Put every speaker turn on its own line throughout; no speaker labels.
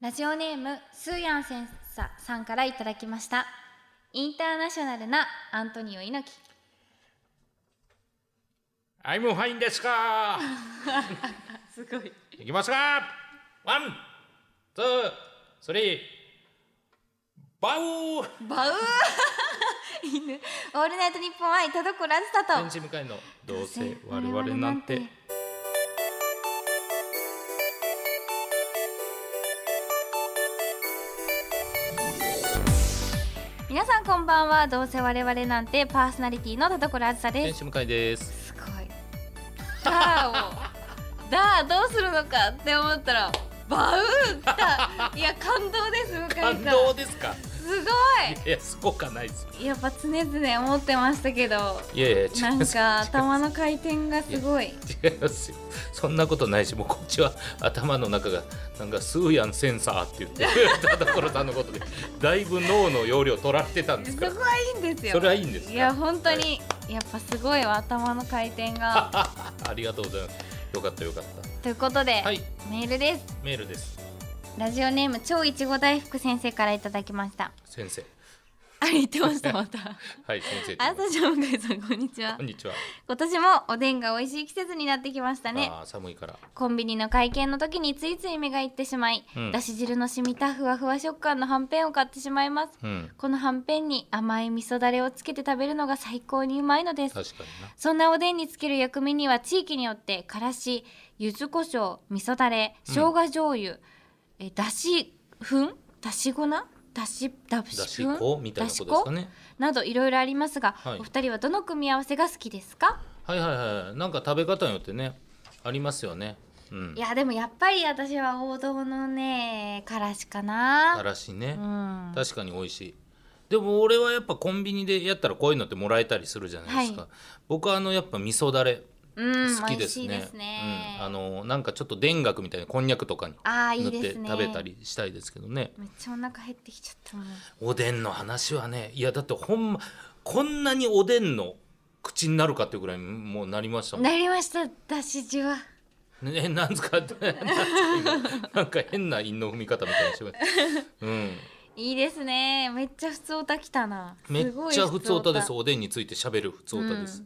ラジオネームスーヤン先生さんからいただきましたインターナショナルなアントニオ猪木
アイムファインですか。
すごい
いきますか。ワン、ツー、スリー。バウ。
バウ 犬オールナイトニッポン愛田所あずさ
天
と
使向かいの。どうせ我々なんて。
皆さんこんばんはどうせ我々なんてパーソナリティの田所あずさで
天
す
使向かいです。
すごいダーをダーどうするのかって思ったらバウンたいや感動です向井さん
感動ですか。
すご
いや、そうかないです。
いやっぱ常々思ってましたけど
いやいや、違い
なん
ます
か頭の回転がすごい
違いますよ。そんなことないし、もうこっちは頭の中が、なんかスーヤンセンサーって言 って、田所さんのことで、だいぶ脳の容量取られてたんで
そ
す
こ
か
は
ら。
いいんですよ
それはいいんですか
いや本当にやっぱすごいわ頭の回転が
ありがとうございます。よかったよかった。
ということで、
はい、
メールです
メールです。
ラジオネーム超いちご大福先生からいただきました
先生。
あ言ってましたま た
はい、先生。
あずちゃん向井さんこんにちは
こんにちは。
今年もおでんが美味しい季節になってきましたね
あー寒いから。
コンビニの会計の時についつい目がいってしまい、
うん
だし汁の染みたふわふわ食感のはんぺんを買ってしまいます
うん、
このはんぺんに甘い味噌だれをつけて食べるのが最高にうまいのです
確かにな。
そんなおでんにつける薬味には地域によってからし柚子胡椒味噌だれ生姜醤油、えだし粉だし粉なだしだ
だ
し
し
粉
粉みたいなことですかね。
などいろいろありますが、
はい
お二人はどの組み合わせが好きですか、
はいはいはい。なんか食べ方によってね、ありますよね。うん
い。やでもやっぱり私は王道のねからしかな
からし
う
ね。
ん
確かに美味しい。でも俺はやっぱコンビニでやったらこういうのってもらえたりするじゃないですか。
は
僕はあのやっぱ味噌だれ
うん
好きです
美味しい
ね。
ですね、
うん、あのなんかちょっと田楽みたいなこんにゃくとかに
ああい
塗
い
っ
で
て
すね
食べたりしたいですけどね。
めっちゃお腹減ってきちゃったもん
おでんの話はねいやだってほんまこんなにおでんの口になるかっていうぐらいもうなりましたもん
なりましただしじは
ねなんですか ってなんですか今なんか変な韻の踏み方みたいにしてま すうん
いいですねめっちゃ普通歌きたな
めっ
すごい
ちゃ普通歌です
普
おでんについて喋る普通歌です、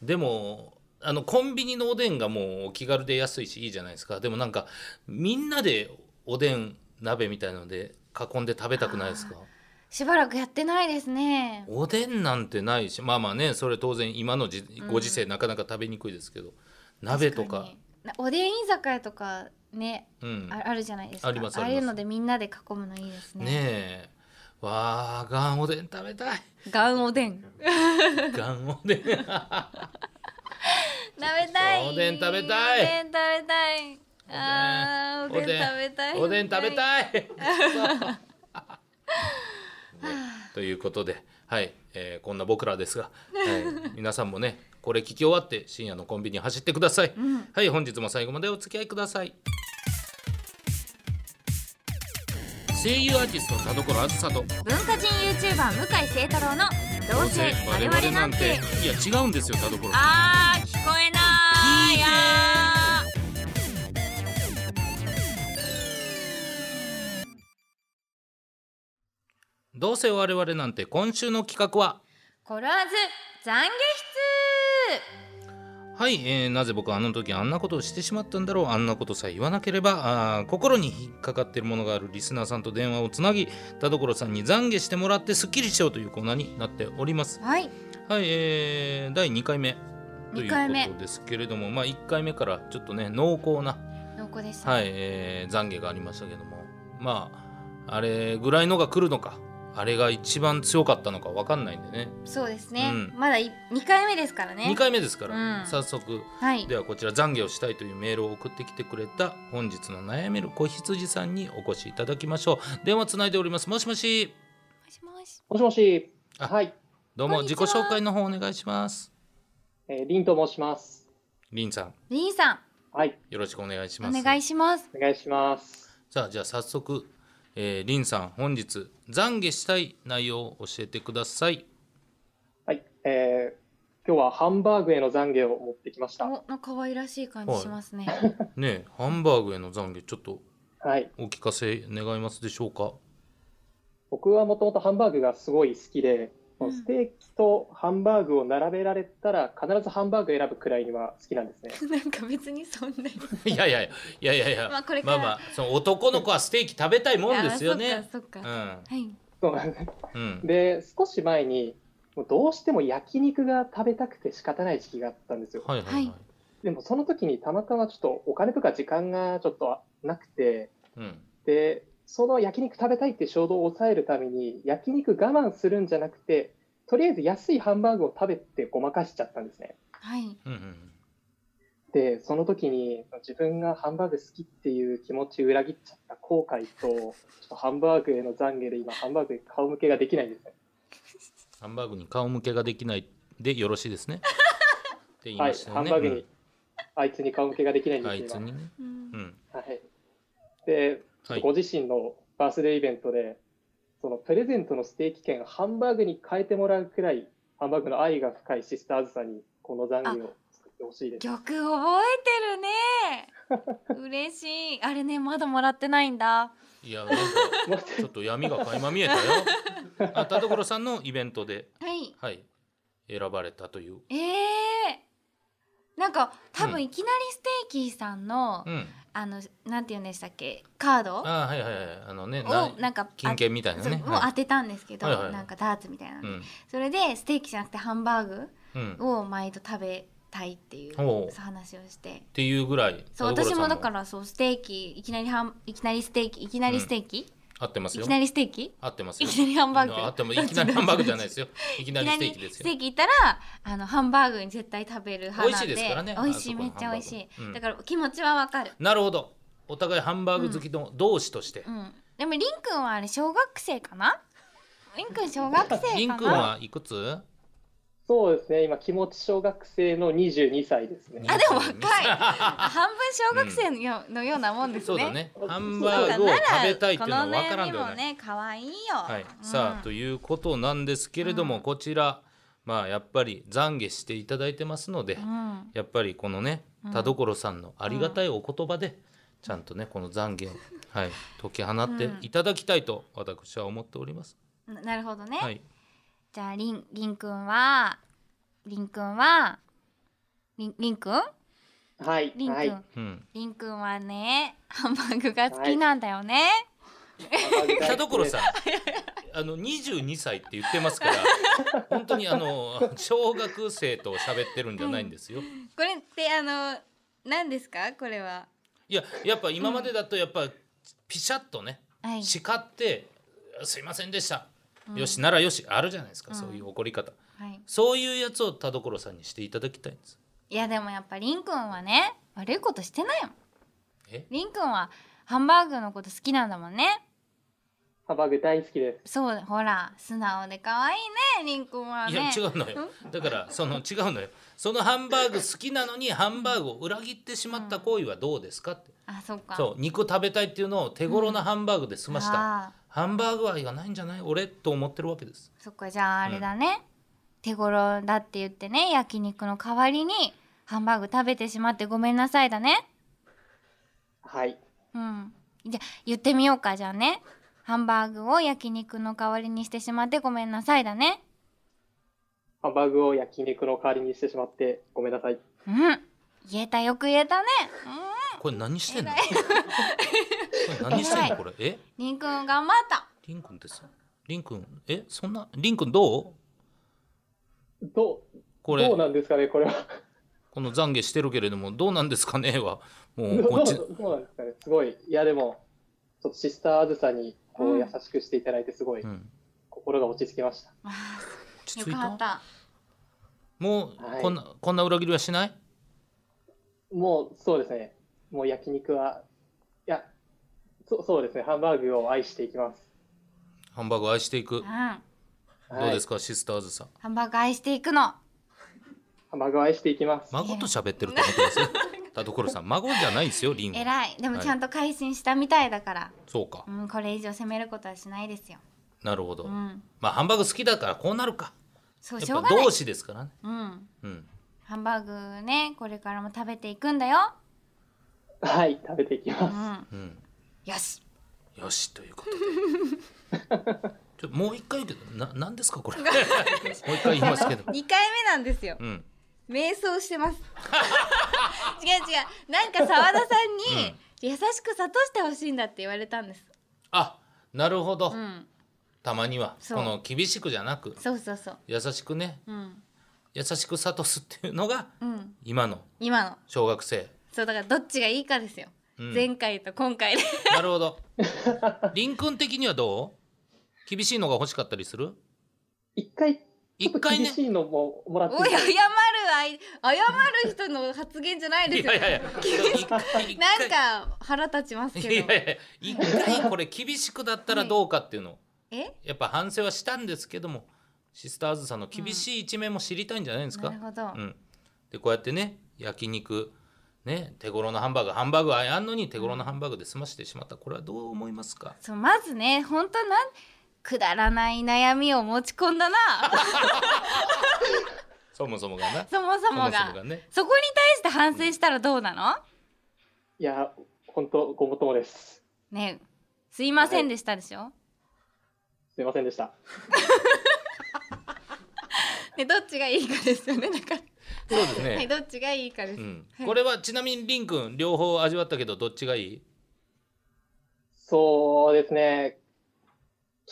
でもあのコンビニのおでんがもうお気軽で安いしいいじゃないですかでもなんかみんなでおでん鍋みたいので囲んで食べたくないですか
しばらくやってないですね
おでんなんてないしまあまあねそれ当然今のじ
ん
ご時世なかなか食べにくいですけど、鍋とか
確になおでん居酒屋とかね
うん
あ
ね
あるじゃないですか
ありますあります
あいうのでみんなで囲むのいいですね
えわあがんおでん食べたい
ガンおでん
がんおでん
食べたい
おでん食べたい
おでん食べたいあーおでん食べたい
おでん食べ
い
たいねということではい、えーこんな僕らですが、はい、皆さんもねこれ聞き終わって深夜のコンビニ走ってください、はい本日も最後までお付き合いください声優アーティスト田所あずさと
文化人 YouTuber 向井聖太郎の「どうせ我々なんて
いや違うんですよ田所」
あー聞こえないやー
どうせ我々なんて今週の企画は
コロワーズ懺悔
はい、えーなぜ僕はあの時あんなことをしてしまったんだろうあんなことさえ言わなければあー心に引っかかっているものがあるリスナーさんと電話をつなぎ田所さんに懺悔してもらってすっきりしようというコーナーになっております
室はい
はい、えー第2回目とい
二回目
うことですけれどもまあ1回目からちょっとね濃厚な
濃厚です
はい、えー、懺悔がありましたけどもまああれぐらいのが来るのかあれが一番強かったのかわかんないんでね
そうですね、
うん
まだい二回目ですからね
2回目ですから、
うん
早速
はい
ではこちら懺悔をしたいというメールを送ってきてくれた本日の悩める子羊さんにお越しいただきましょう電話つないでおりますもしもし
もしもし
もしもし。
あ
はい、
どう
こ
も
んにち
自己
は
紹介の方お願いします
えー、リンと申します。
りんさん
リンさん
はい、
よろしくお願いし
お
ます
願いします
お願いします。
さあじゃあ早速、えー、りんさん本日懺悔したい内容を教えてください
はい、えー、今日はハンバーグへの懺悔を持ってきました。
おなんか可愛らしい感じしますね、
ねえハンバーグへの懺悔ちょっと
はい。
お聞かせ願いますでしょう か
僕はもともとハンバーグがすごい好きで、
うん
ステーキとハンバーグを並べられたら必ずハンバーグ選ぶくらいには好きなんです ね。
なんか別にそんなに
いやいやいやいやいや
まあこれか
まあ
ら
まあその男の子はステーキ食べたいもんですよ
あ
ね
そっかそっ
う
か、
ん
はい
そうなんです
うん
で少し前にもうどうしても焼肉が食べたくて仕方ない時期があったんですよ。
はいはいはい
はい
でもその時にたまたまちょっとお金とか時間がちょっとなくて、
うん
で、その焼肉食べたいって衝動を抑えるために、焼肉我慢するんじゃなくて、とりあえず安いハンバーグを食べてごまかしちゃったんですね。
はい
うんうん
で、その時に自分がハンバーグ好きっていう気持ちを裏切っちゃった後悔と、ちょっとハンバーグへの懺悔で今、ハンバーグに顔向けができないんですね。
ハンバーグに顔向けができないでよろしい ですねって言い
は
ま
い、
した
ハ
よ
ン
ね、
バーグに、あいつに顔向けができないん
うんあ
で
い
す
つ
今。
にね
うん
うん
はい。で、
はい
ご自身のバースデーイベントで、そのプレゼントのステーキ券ハンバーグに変えてもらうくらい、ハンバーグの愛が深いシスターズさんに、この残悔を作ってほしいです。
よく覚え てるね嬉しいあれねまだもらってないんだ
いやなんか
もし
ちょっと闇が垣間見えたよ あ田所さんのイベントで
はい
はい選ばれたという
えー、なんか多
う
分
ん
いきなりステーキさんの、
うん
あのなんて言うんでしたっけカードを
あはいはいはいあのねな
なんか
金券みたいな
そう
ね
もう
は
当てたんですけど、
はいはいはい
なんかダーツみたいな、
いうん
それでステーキじゃなくてハンバーグ
うんっ
を毎度食べたいっていう
おう
そう話をして
ていうぐらい
そう
田所
私
さん
もだからそうステーキいきなりハンいきなりステーキいきなりステーキ、
合ってます
い
よ
きなりステーキ
合ってます
い
よ
きなりハンバーグ
あ合ってもいきなりハンバーグじ ゃないですよいきなりステーキです
ス
よ
テーキいたらあのハンバーグに絶対食べる派
美味
な
し
ん
い
で
ですからね
美味しい
あそこ
め
の
っちゃ美味しい
ハン、バーグうん
だから気持ちはわかる
なるほどお互いハンバーグ好きの同士として
うんでもりんくんはあれ小学生かなりんくん小学生かな
リンくんはいくつ
そうですね、今、気持ち小学生の22歳ですね。
あでも 若い
い
あ半分小学生のよ,、のようなもんですね
そうだねハン
な
バ
ん
ー
か
グを
な
食
ら
べたいっていうのは分からんでは
この悩みも
ない
ね可愛いよ
はい、
うん
さあということなんですけれども、
うん
こちらまあやっぱり懺悔していただいてますので、
うん
やっぱりこのね
うん
田所さんのありがたいお言葉で、ちゃんとねこの懺悔 を、はい、解き放っていただきたいと私は思っております。
ななるほどね、
はい、
じゃありんりんくんはりんくんはりんりんくん
はい、
りんくん、
はい。
うん、
りんくんはねハンバーグが好きなんだよね、
田所さ ん
ん。
あの22歳って言ってますから本当にあの小学生と喋ってるんじゃないんですよ。
これってあの何ですかこれはい
ややっぱ今までだとやっぱピシャッとね
はい
叱って「すいませんでした」
うん
よしならよしあるじゃないですか、
うん
そういう怒り方
はい
そういうやつを田所さんにしていただきたいんです
いやでもやっぱりんくんはね悪いことしてないもん
え
りんくんはハンバーグのこと好きなんだもんね
ハンバーグ大好きです。
そうほら素直で可愛いねりんくんはい
や
ね
違うのよだからその違うのよそのハンバーグ好きなのにハンバーグを裏切ってしまった行為はどうですかって
あそっか
そう肉食べたいっていうのを手頃なハンバーグで済ました、
あ
ハンバーグ愛がないんじゃない俺と思ってるわけです
ーそっかじゃああれだね、手頃だって言ってね焼肉の代わりにハンバーグ食べてしまってごめんなさいだね
はい。
うんじゃあ言ってみようかじゃあねハンバーグを焼肉の代わりにしてしまってごめんなさいだね
ハンバーグを焼肉の代わりにしてしまって、ごめんなさい。
うん言えたよく言えたね
これ何してんの
偉
こ
い
れ何してんのこれえ
うんりんくん頑張った
リンくんですリンくんえそんなリンくんどう
どう、
これ
どうなんですかね、これは。
この懺悔してるけれどもどうなんですかねはもう
ど
こっ
う
ち
どうなんですかね、すごい、いやでも、ちょっとシスターあずさにこ
う
うん優しくしていただいて、すごい
うん、
心が落ち着きました。
あ
落
ー
ち
よ
着い
かったた
もう
はい
こんなこんな裏切りはしない
もうそうですね、もう焼肉は、いや、そそうですね、ハンバーグを愛していきます。
ハンバーグ愛していく
うんハ
どうです
か
かシスターズさん
ンバーグ愛していくの
ハンバーグを愛していきます。
孫と喋ってると思ってますよ 田所さん孫じゃないですよリンは
偉いでもちゃんと改心したみたいだから、
そうか
うん、これ以上責めることはしないですよ
なるほど、
うん
まあハンバーグ好きだからこうなるか
そうし
や
ょ
っ
う
ぱ
がない
同志ですからね
うん
うん
ハンバーグねこれからも食べていくんだよ
はい、食べていき
う
ます。
ん
うん
よし
よしということで ちょもう一回言うけどな何ですか これもう一回言いますけ
2
ど、
回目なんですよ
うん、
瞑想して ます違う違うなんか澤田さんに
うん
優しく諭してほしいんだって言われたんです
あなるほど、
うん
たまには
そう
この厳しくじゃなく
そうそうそう
優しくね
うん
優しく諭すっていうのが
うん
今の
今の
小学生、
そうだからどっちがいいかですよ、
うん、
前回と今回 で
なるほど りんくん的にはどう厳しいのが欲しかったりする
一回、ちょっ
一
と
回
厳
ね
しいのももらって
おい謝るあい謝る人の発言じゃないですよ
いやいやいや一
なん
回
か腹立ちますけ
い
ど
やいやいや一回これ厳しくだったらどうかっていうのを
え
やっぱ反省はしたんですけどもシスターあずさんの厳しい一面も知りたいんじゃないです
な
か
る、ほど、
うん、でこうやってね焼肉ね手頃のハンバーグハンバーグはやんのに手頃のハンバーグで済ましてしまったこれはどう思いますか
そうまずね本当なんくだらない悩みを持ち込ん だな
そもそもがな
そもそ
そ
もがそ
もそもがね
こに対して反省したらどうなの
いや、本当ごもっともです。
ねえすいませんでしたでしょ、
すいませんでした。
ねどっちがいいかですよねだか
そうです
ら、
ね
はい、どっちがいいかです、
うん
は、い
これはちなみにりんくん両方味わったけどどっちがいい
そうですね。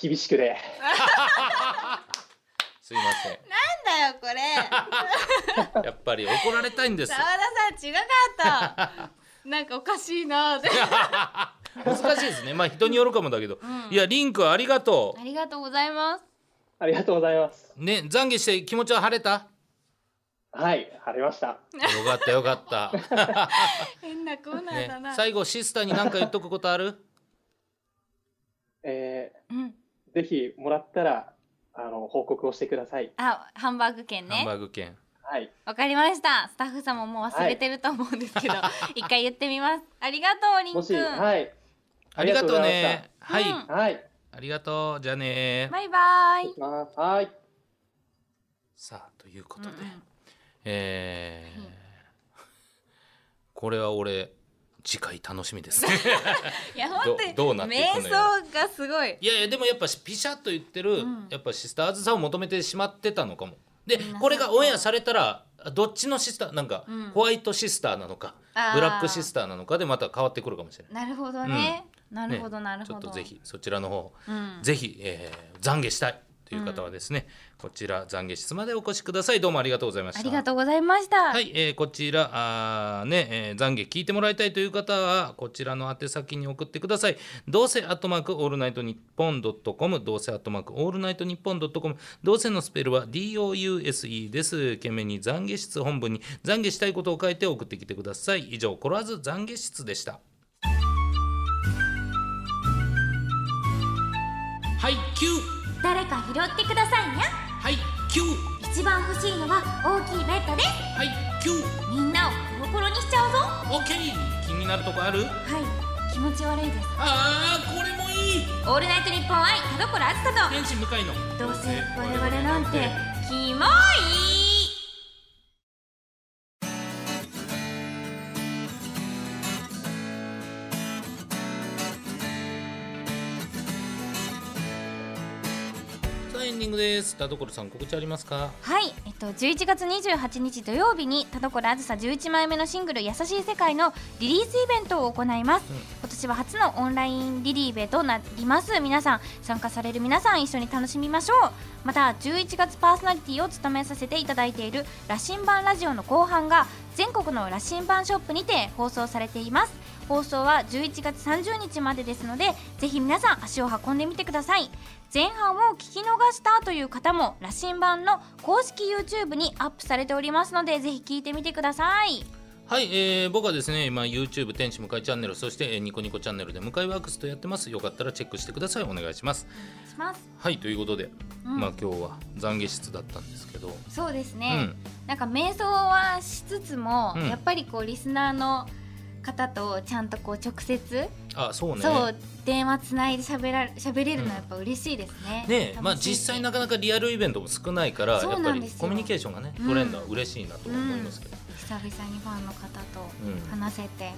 厳しくで。
すいませ
なんだよこれ
んやっぱり怒られたいんです
澤田さん違か ったなんかおかしいなって、
難しいですねまあ人によるかもだけど、
うん
いやりんくんありがと
ありがとうございます
ありがとうございます。
うね懺悔して気持ちは晴れた
はい、晴れました。
よかったよか った、
変なコーナー
ね
だな、、
最後シスターに何か言っとくことある
え
うん
ー、ぜひもらったら、あの、報告をしてください。
あハンバーグ券
ハン
ね
バーグ券
はい。
わかりましたスタッフさんももう忘れてると思うんですけ ど、一回言ってみますありがとうりん
もし、
くん、
はい、
ありがとうね
あ
は
りがとうござ
い、
いまし
はい、
ありがとうじゃあね
バイバイ
行きます。はい。
さあということで、
うんうん
えー
はい
これは俺次回楽し みです
いや本当に
どどうなっていく
瞑
の
想
よ
がすごい
いやいやでもやっぱピシャッと言ってる、
うん
やっぱシスターあずさを求めてしまってたのかもで
ん
これがオンエアされたらどっちのシスターなんか、
うん
ホワイトシスターなのか
あー
ブラックシスターなのかでまた変わってくるかもしれない。
なるほどね、な
ね
るほどなるほど、
ちょっとぜひそちらの方、
うん
ぜひ、えー懺悔したいという方はですね、こちら懺悔室までお越しくださいどうもありがとうございました
ありがとうございました。
はい、えーこちらあーね、えー懺悔聞いてもらいたいという方はこちらの宛先に送ってください。どうせアットマークオールナイトニッポンドットコム、どうせアットマークオールナイトニッポンドットコム、どうせのスペルは DOUSE です。懸命に懺悔室本文に懺悔したいことを書いて送ってきてください。以上、コロワーズ懺悔室でした。はい、キュー
誰か拾ってくださいね。
はい、キュー
一番欲しいのは大きいベッドです。
はい、キュー
みんなをコロコロにしちゃうぞ。は
オッケー気になるとこある
い、気持ち悪いです。
ああこれもいい
オールナイトニッポン愛田所あず
天使向かいの
と。どうせ我々なんてキモい。
さあエンディングです田所さん告知ありますか
はい、えっと11月28日土曜日に田所あずさ11枚目のシングル「優しい世界」のリリースイベントを行います、
うん
今年は初のオンラインリリーベとなります皆さん参加される皆さん一緒に楽しみましょうまた11月パーソナリティを務めさせていただいている羅針盤ラジオの後半が全国の羅針盤ショップにて放送されています放送は11月30日までですのでぜひ皆さん足を運んでみてください前半を聞き逃したという方も羅針盤の公式 YouTube にアップされておりますのでぜひ聞いてみてください
はい、えー僕はですね今 YouTube 天使向かいチャンネルそしてえーニコニコチャンネルで向かいワークスとやってますよかったらチェックしてくださいお願いします
お願いします、
はいということで、
うん
まあ今日は懺悔室だったんですけど、
そうですね、なんか瞑想はしつつも、
うん
やっぱりこうリスナーの方とちゃんとこう直接、
うんあそうね
そう電話つないで喋ら喋れるのはやっぱ嬉しいですね。
ねえまあ
楽しいし
実際なかなかリアルイベントも少ないからや
そ
っ
う
ぱ
なん
り
ですよ
コミュニケーションがね
うん
取れるのは嬉しいなと思いますけど、
久々にファンの方と
うん
話せて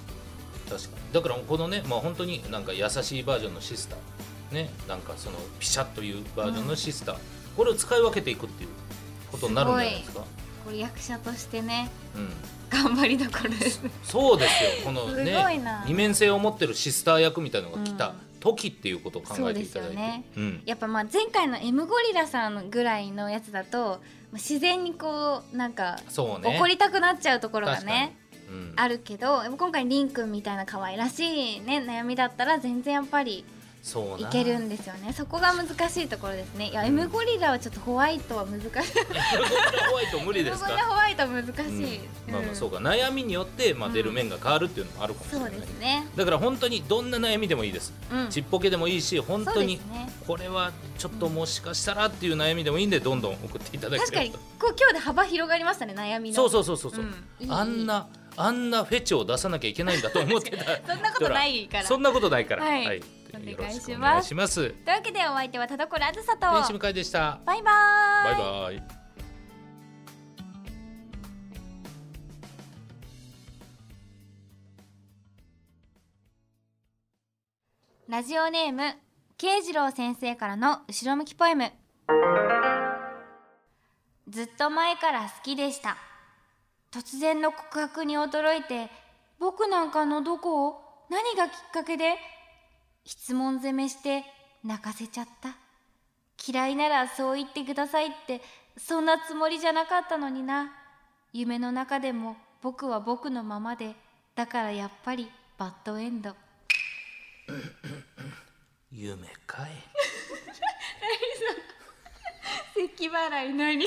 確かにだからこのね、まあ、本当になんか優しいバージョンのシスターねなんかそのピシャッというバージョンのシスター、これを使い分けていくっていうことになるんじゃないですか
これ役者としてね
うん
頑張りどころですね
そう ですよこの
すごい
ね
な
二面性を持ってるシスター役みたいのが来
う
た
ん
時っていうことを考えていただ
そうで
いて
すよね
うん
やっぱまあ前回の M ゴリラさんぐらいのやつだとまあ自然にこうなんか
そうね
怒りたくなっちゃうところがね
確かにうん
あるけど今回りんくんみたいな可愛らしいね悩みだったら全然やっぱり
そう
い
な
けるんですよねそこが難しいところですねいや
うん
M ゴリラはちょっとホワイトは難しい
ホワイト無理です
M ゴ
か
リラホワイトは難し
うん
い、
まあまあそう
か
か悩みによってまあ
うん
出る面が変わるっていうのもあるかもしれ
そ
な
う
い
ですね
だから本当にどんな悩みでもいいです
うん
ちっぽけでもいいし本当に
そうですね
これはちょっともしかしたらっていう悩みでもいいんでどんどん送っていただければ
確かにこう今日で幅広がりましたね悩みの
そうそうそうそうそう、
うんいい
あんなあんなフェチを出さなきゃいけないんだと思ってた
そんなことないから
そんなことないから、
はい
よ
お願いし
ろ
ます
しくお願いします。
というわけでお相手は田所あずさと
電子向かいでした。
バイバー
バイバイ。
ラジオネーム慶次郎先生からの後ろ向きポエムずっと前から好きでした突然の告白に驚いて僕なんかのどこを何がきっかけで質問攻めして泣かせちゃった嫌いならそう言ってくださいってそんなつもりじゃなかったのにな夢の中でも僕は僕のままでだからやっぱりバッドエンド
夢かい。
咳払い何